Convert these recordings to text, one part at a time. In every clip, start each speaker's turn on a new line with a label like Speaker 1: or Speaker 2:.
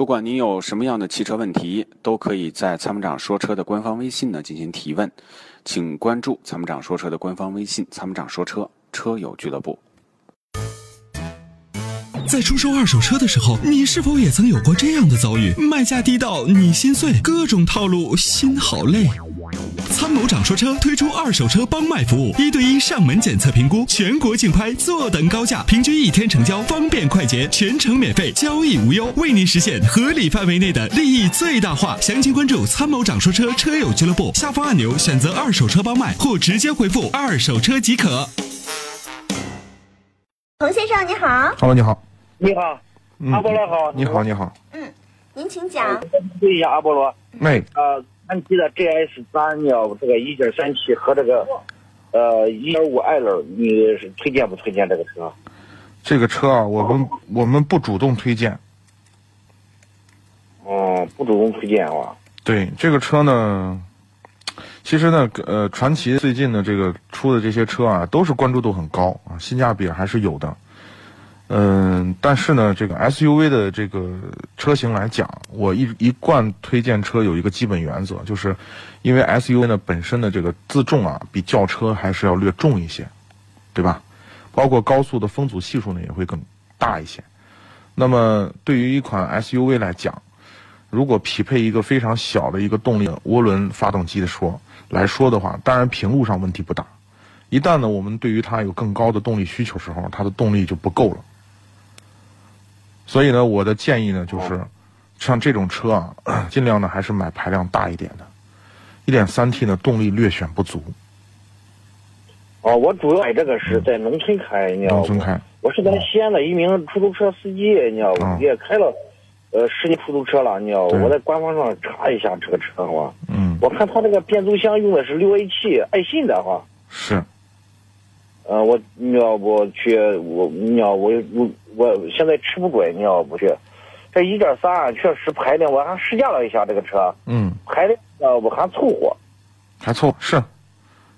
Speaker 1: 不管您有什么样的汽车问题，都可以在参谋长说车的官方微信呢进行提问，请关注参谋长说车的官方微信“参谋长说车车友俱乐部
Speaker 2: 在出售二手车的时候，你是否也曾有过这样的遭遇？卖价低到你心碎，各种套路，心好累。参谋长说车推出二手车帮卖服务，一对一上门检测评估，全国竞拍，坐等高价，平均一天成交，方便快捷，全程免费，交易无忧，为您实现合理范围内的利益最大化。详情关注参谋长说车车友俱乐部下方按钮，选择二手车帮卖，或直接回复二手车即可。
Speaker 3: 彭先生你好，
Speaker 4: 哈喽，你好，
Speaker 5: 你好，阿波罗好。
Speaker 4: 嗯你好，你好，
Speaker 3: 您请讲。
Speaker 5: 问一下阿波罗，
Speaker 4: 哎，
Speaker 5: 呃，安吉的 GS 三幺这个一点三七和这个呃一点五 L，你是推荐不推荐这个车？
Speaker 4: 这个车啊，我们我们不主动推荐。
Speaker 5: 嗯，不主动推荐啊。
Speaker 4: 对这个车呢，其实呢，呃，传祺最近的这个出的这些车啊，都是关注度很高啊，性价比还是有的。嗯，但是呢，这个 SUV 的这个车型来讲，我一一贯推荐车有一个基本原则，就是因为 SUV 呢本身的这个自重啊，比轿车还是要略重一些，对吧？包括高速的风阻系数呢也会更大一些。那么对于一款 SUV 来讲，如果匹配一个非常小的一个动力的涡轮发动机的说来说的话，当然平路上问题不大。一旦呢，我们对于它有更高的动力需求时候，它的动力就不够了。所以呢，我的建议呢就是，像这种车啊， 尽量呢还是买排量大一点的。一点三 T 呢，动力略显不足，
Speaker 5: 哦，我主要买这个是在农村开，你知道
Speaker 4: 农
Speaker 5: 不
Speaker 4: 村？开。
Speaker 5: 我是咱西安的一名出租车司机，你知道
Speaker 4: 嗯
Speaker 5: 不？也开了呃十年出租车了，你知道不？
Speaker 4: 对
Speaker 5: 我在官方上查一下这个车哈，
Speaker 4: 嗯，
Speaker 5: 我看它这个变速箱用的是六 A 七爱信的哈。
Speaker 4: 是，
Speaker 5: 呃，我你要不去，我你要我我我现在吃不准，你要不去，这一点三啊确实排量，我还试驾了一下这个车，
Speaker 4: 嗯，
Speaker 5: 排量呃我还凑合，
Speaker 4: 还凑合是，啊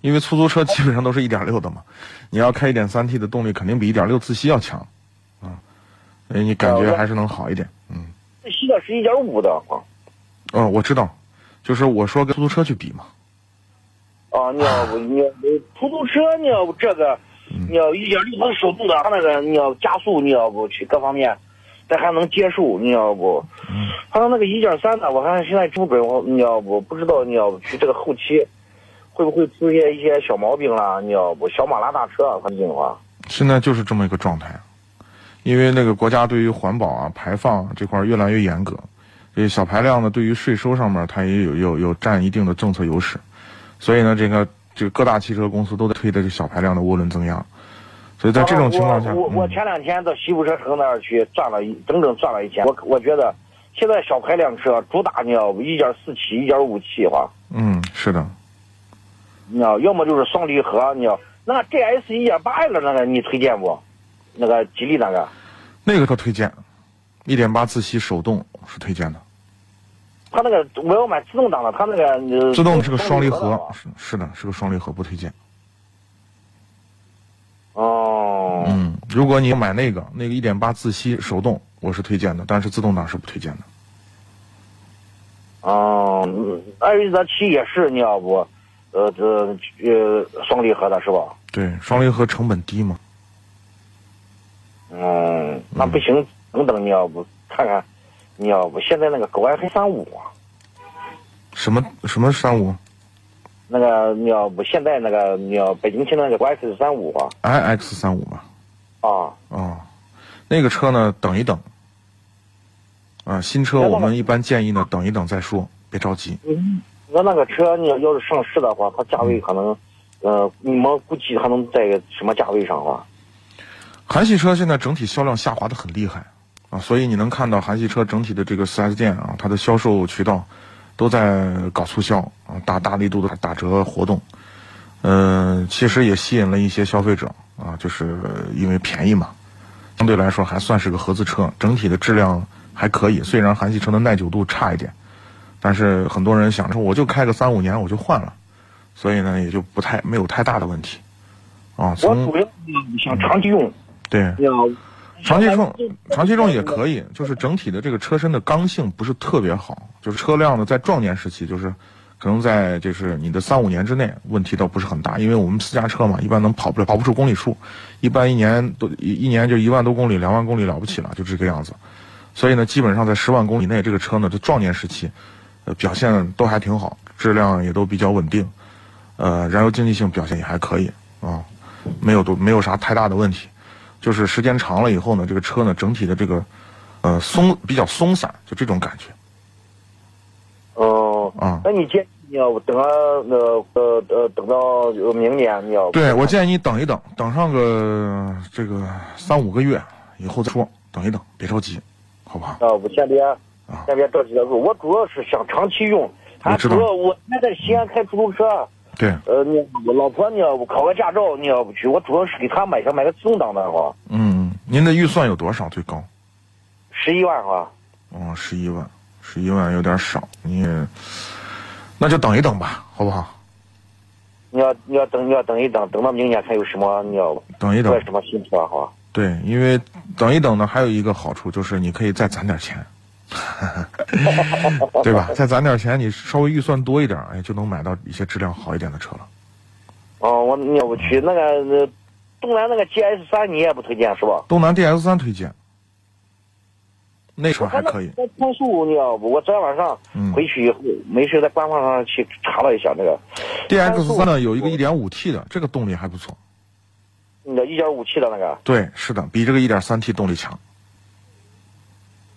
Speaker 4: 因为出租车基本上都是一点六的嘛，你要开一点三 T 的动力，肯定比一点六自吸要强，啊，呃你感觉还是能好一点。嗯，
Speaker 5: 吸的是一点五的啊，
Speaker 4: 哦，我知道，就是我说跟出租车去比嘛，
Speaker 5: 啊你要不你要不出租车你要不这个，
Speaker 4: 嗯
Speaker 5: 你要一点六它是手动的，它那个你要加速你要不去各方面，咱还能接受，你要不，
Speaker 4: 嗯
Speaker 5: 他那个一点三的，我看现在吃不准，我你要不不知道你要不去这个后期。会不会出现一些小毛病啦？你要不小马拉大车啊，反正啊。
Speaker 4: 现在就是这么一个状态，啊因为那个国家对于环保啊、排放啊这块儿越来越严格，这小排量呢，对于税收上面它也有有有占一定的政策优势，所以呢，这个这个各大汽车公司都在推的这小排量的涡轮增压，所以在这种情况下，
Speaker 5: 啊我我我
Speaker 4: 嗯
Speaker 5: 前两天到西部车城那儿去转了一整整转了一天，我我觉得现在小排量车主打你要一点四起、一点五起哈，
Speaker 4: 嗯，是的，
Speaker 5: 你要要么就是双离合，你要那 GS 一点八 L 那个你推荐不？那个吉利那个
Speaker 4: 那个可推荐，一点八自吸手动是推荐的，
Speaker 5: 它那个我要买自动挡的，它那个呃
Speaker 4: 自动是个双离
Speaker 5: 的
Speaker 4: 合
Speaker 5: 吧，
Speaker 4: 是是的，是个双离合，不推荐。
Speaker 5: 哦，
Speaker 4: 嗯，如果你买那个那个一点八自吸手动，我是推荐的，但是自动挡是不推荐的。
Speaker 5: 哦，嗯艾瑞泽七也是你要不，呃这呃双离合的是吧？
Speaker 4: 对，双离合成本低嘛。
Speaker 5: 嗯，那不行，等等你要不看看，你要不现在那个狗爱飞三五啊，
Speaker 4: 什么什么三五
Speaker 5: 那个你要不现在那个你要北京现在那个狗爱飞三五啊
Speaker 4: iX 三五吧？
Speaker 5: 啊，
Speaker 4: 啊、那个车呢，等一等。啊，新车我们一般建议呢，等一等再说，别着急。
Speaker 5: 那那个车你要要是上市的话，它价位可能，呃，你们估计它能在什么价位上啊？
Speaker 4: 韩系车现在整体销量下滑的很厉害啊，所以你能看到韩系车整体的这个 4S 店啊，它的销售渠道都在搞促销啊，大大力度的打折活动。嗯、其实也吸引了一些消费者啊，就是因为便宜嘛，相对来说还算是个合资车，整体的质量还可以。虽然韩系车的耐久度差一点，但是很多人想着我就开个三五年我就换了，所以呢也就不太没有太大的问题啊。
Speaker 5: 我
Speaker 4: 从
Speaker 5: 主要想长期用，
Speaker 4: 对
Speaker 5: 你要
Speaker 4: 长期重长期重也可以，就是整体的这个车身的刚性不是特别好，就是车辆呢在壮年时期，就是可能在就是你的三五年之内问题倒不是很大，因为我们私家车嘛，一般能跑不了跑不出公里数，一般一年多一一年就一万多公里、两万公里了不起了，就这个样子。所以呢，基本上在十万公里内，这个车呢，在壮年时期，呃，表现都还挺好，质量也都比较稳定，呃，燃油经济性表现也还可以啊，没有多没有啥太大的问题。就是时间长了以后呢，这个车呢整体的这个，呃松比较松散，就这种感觉
Speaker 5: 哦，
Speaker 4: 啊。
Speaker 5: 那你建议你要不等到呃呃呃等到明年你要不
Speaker 4: 对我建议你等一等，等上个这个三五个月以后再说，等一等，别着急，好不好？
Speaker 5: 啊，我先别
Speaker 4: 啊
Speaker 5: 先别着急了，我主要是想长期用，
Speaker 4: 我
Speaker 5: 还
Speaker 4: 知
Speaker 5: 主
Speaker 4: 道
Speaker 5: 要我现在西安开出租车，
Speaker 4: 对，
Speaker 5: 呃，你我老婆你要不考个驾照你要不去，我主要是给她买想买个自动挡的哈，
Speaker 4: 嗯，您的预算有多少最高？
Speaker 5: 十一万哈。
Speaker 4: 哦，十一万，十一万有点少，你也那就等一等吧，好不好？
Speaker 5: 你要你要等你要等一等，等到明年看有什么你要
Speaker 4: 等一等
Speaker 5: 换，什么新车哈。
Speaker 4: 对，因为等一等呢，还有一个好处就是你可以再攒点钱，对吧？再攒点钱，你稍微预算多一点，哎，就能买到一些质量好一点的车了。
Speaker 5: 哦，我你要不去那个呃东南那个 GS 三你也不推荐是吧？
Speaker 4: 东南 DS 三推荐，那车还可以。
Speaker 5: 那天数你要不我昨天晚上
Speaker 4: 嗯
Speaker 5: 回去以后，没事在官方上去查了一下那个
Speaker 4: DX 三呢有一个
Speaker 5: 我
Speaker 4: 1.5T 的，这个动力还不错。
Speaker 5: 那个一点五 T 的那个
Speaker 4: 对，是的，比这个 1.3T 动力强。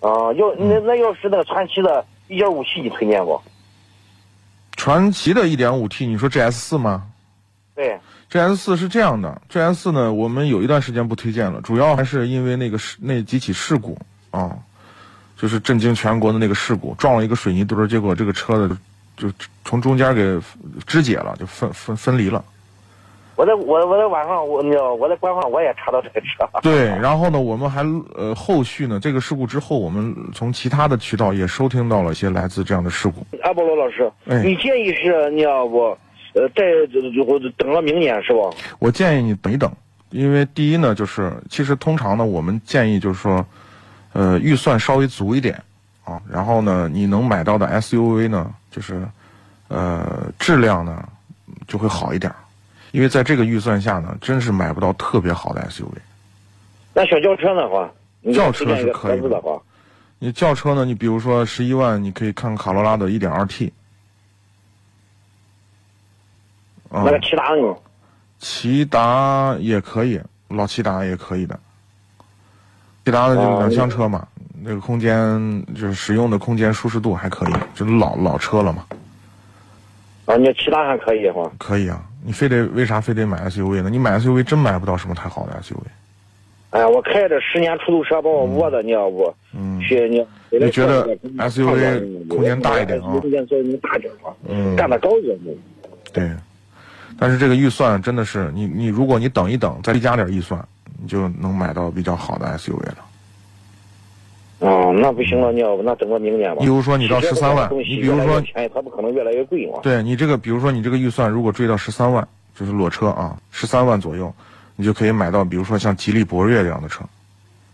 Speaker 5: 啊，要
Speaker 4: 嗯
Speaker 5: 那那要是那个传奇的一点五 T 你推荐不？
Speaker 4: 传祺的 1.5T，你说 GS 四吗？
Speaker 5: 对，
Speaker 4: GS 四是这样的，GS 四呢，我们有一段时间不推荐了，主要还是因为那个事那几起事故啊，就是震惊全国的那个事故，撞了一个水泥墩儿，结果这个车的就从中间给肢解了，就分分分离了。
Speaker 5: 我在我我在晚上我你要我在官方我也查到这个车。
Speaker 4: 对，然后呢，我们还呃后续呢，这个事故之后，我们从其他的渠道也收听到了一些来自这样的事故。
Speaker 5: 阿波罗老师，
Speaker 4: 哎
Speaker 5: 你建议是你要不呃再我等到明年是吧？
Speaker 4: 我建议你等一等，因为第一呢，就是其实通常呢，我们建议就是说，呃，预算稍微足一点啊，然后呢，你能买到的 SUV 呢，就是呃质量呢就会好一点，因为在这个预算下呢，真是买不到特别好的 SUV。
Speaker 5: 那小轿车的话，你
Speaker 4: 轿
Speaker 5: 推
Speaker 4: 车是
Speaker 5: 荐一个
Speaker 4: 可以
Speaker 5: 合资
Speaker 4: 的
Speaker 5: 的话，
Speaker 4: 你轿车呢，你比如说十一万，你可以看卡罗拉的 1.2T。啊
Speaker 5: 那，个骐达呢？
Speaker 4: 骐达也可以，老骐达也可以的。骐达的就是
Speaker 5: 哦
Speaker 4: 两厢车嘛，那个空间就是使用的空间舒适度还可以，就是老老车了嘛，
Speaker 5: 啊，你骐达还可以哈。
Speaker 4: 可以啊。你非得为啥非得买 SUV 呢？你买 SUV 真买不到什么太好的 SUV。
Speaker 5: 哎呀，我开着十年出租车把我窝的，你要不
Speaker 4: 嗯
Speaker 5: 去你回来
Speaker 4: 你觉得
Speaker 5: 看看
Speaker 4: SUV 空间大一点啊
Speaker 5: 空间稍微大一点嘛，
Speaker 4: 嗯
Speaker 5: 干得高一点嘛。
Speaker 4: 对，但是这个预算真的是你你如果你等一等，再加点预算，你就能买到比较好的 SUV 了。
Speaker 5: 哦，那不行了，你要不那等到明年吧。
Speaker 4: 比如说你到13万
Speaker 5: 东西
Speaker 4: 你比如说
Speaker 5: 越来越便宜，它不可能越来越贵嘛。
Speaker 4: 对你这个，比如说你这个预算如果追到十三万，就是裸车啊，十三万左右，你就可以买到，比如说像吉利博越这样的车，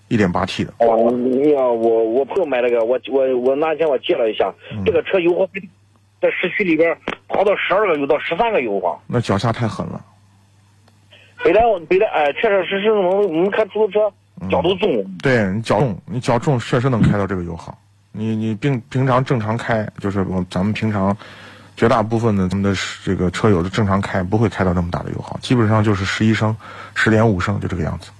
Speaker 4: 一点八 T 的。
Speaker 5: 哦，你要我我朋友买了个，我我我那天我借了一下，这个车油耗在市区里边跑到十二个油到十三个油哈。
Speaker 4: 那脚下太狠了，
Speaker 5: 本来我本来哎，确确实实我们我们开出租车脚都重了。
Speaker 4: 对你脚重，你脚重确实能开到这个油耗。你你并平常正常开，就是我咱们平常绝大部分的咱们的这个车友都正常开，不会开到那么大的油耗，基本上就是十一升、十点五升就这个样子。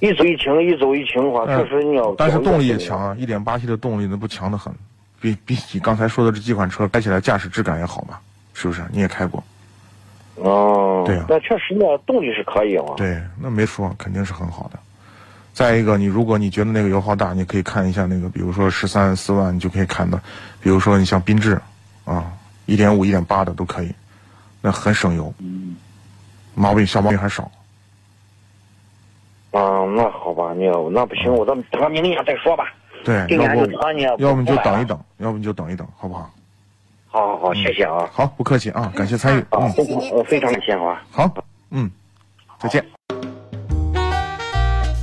Speaker 5: 一走一停，一走一停的话，
Speaker 4: 但
Speaker 5: 啊确实你要。
Speaker 4: 嗯但是动力也强。啊，一点八 T 的动力那不强得很，比比起刚才说的这几款车，开起来驾驶质感也好吧？是不是？你也开过？
Speaker 5: 哦。
Speaker 4: 对啊
Speaker 5: 那确实呢，动力是可以啊。
Speaker 4: 对，那没说，肯定是很好的。再一个，你如果你觉得那个油耗大，你可以看一下那个，比如说十三四万，你就可以看到，比如说你像缤智，啊，一点五、一点八的都可以，那很省油，
Speaker 5: 嗯
Speaker 4: 毛病小毛病还少。
Speaker 5: 啊，那好吧，你要那不行，我等等明年再说吧。
Speaker 4: 对，
Speaker 5: 今
Speaker 4: 嗯哎要
Speaker 5: 年就
Speaker 4: 不
Speaker 5: 长年
Speaker 4: 要不你就
Speaker 5: 不买了
Speaker 4: 等一等，要不你就等一等，好不好？
Speaker 5: 好好好，谢谢啊，
Speaker 4: 好，不客气啊，感谢参与，
Speaker 5: 啊，
Speaker 4: 嗯，
Speaker 5: 非常呃非常感谢啊。
Speaker 4: 好，嗯，再见。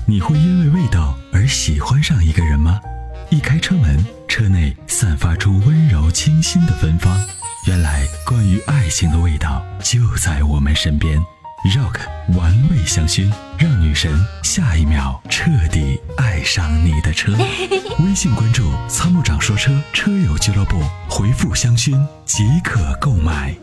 Speaker 2: 你会因为味道而喜欢上一个人吗？一开车门，车内散发出温柔清新的芬芳。原来，关于爱情的味道就在我们身边。Rock 玩味香薰，让女神下一秒彻底爱上你的车。微信关注“参谋长说车”车友俱乐部，回复“香薰”即可购买。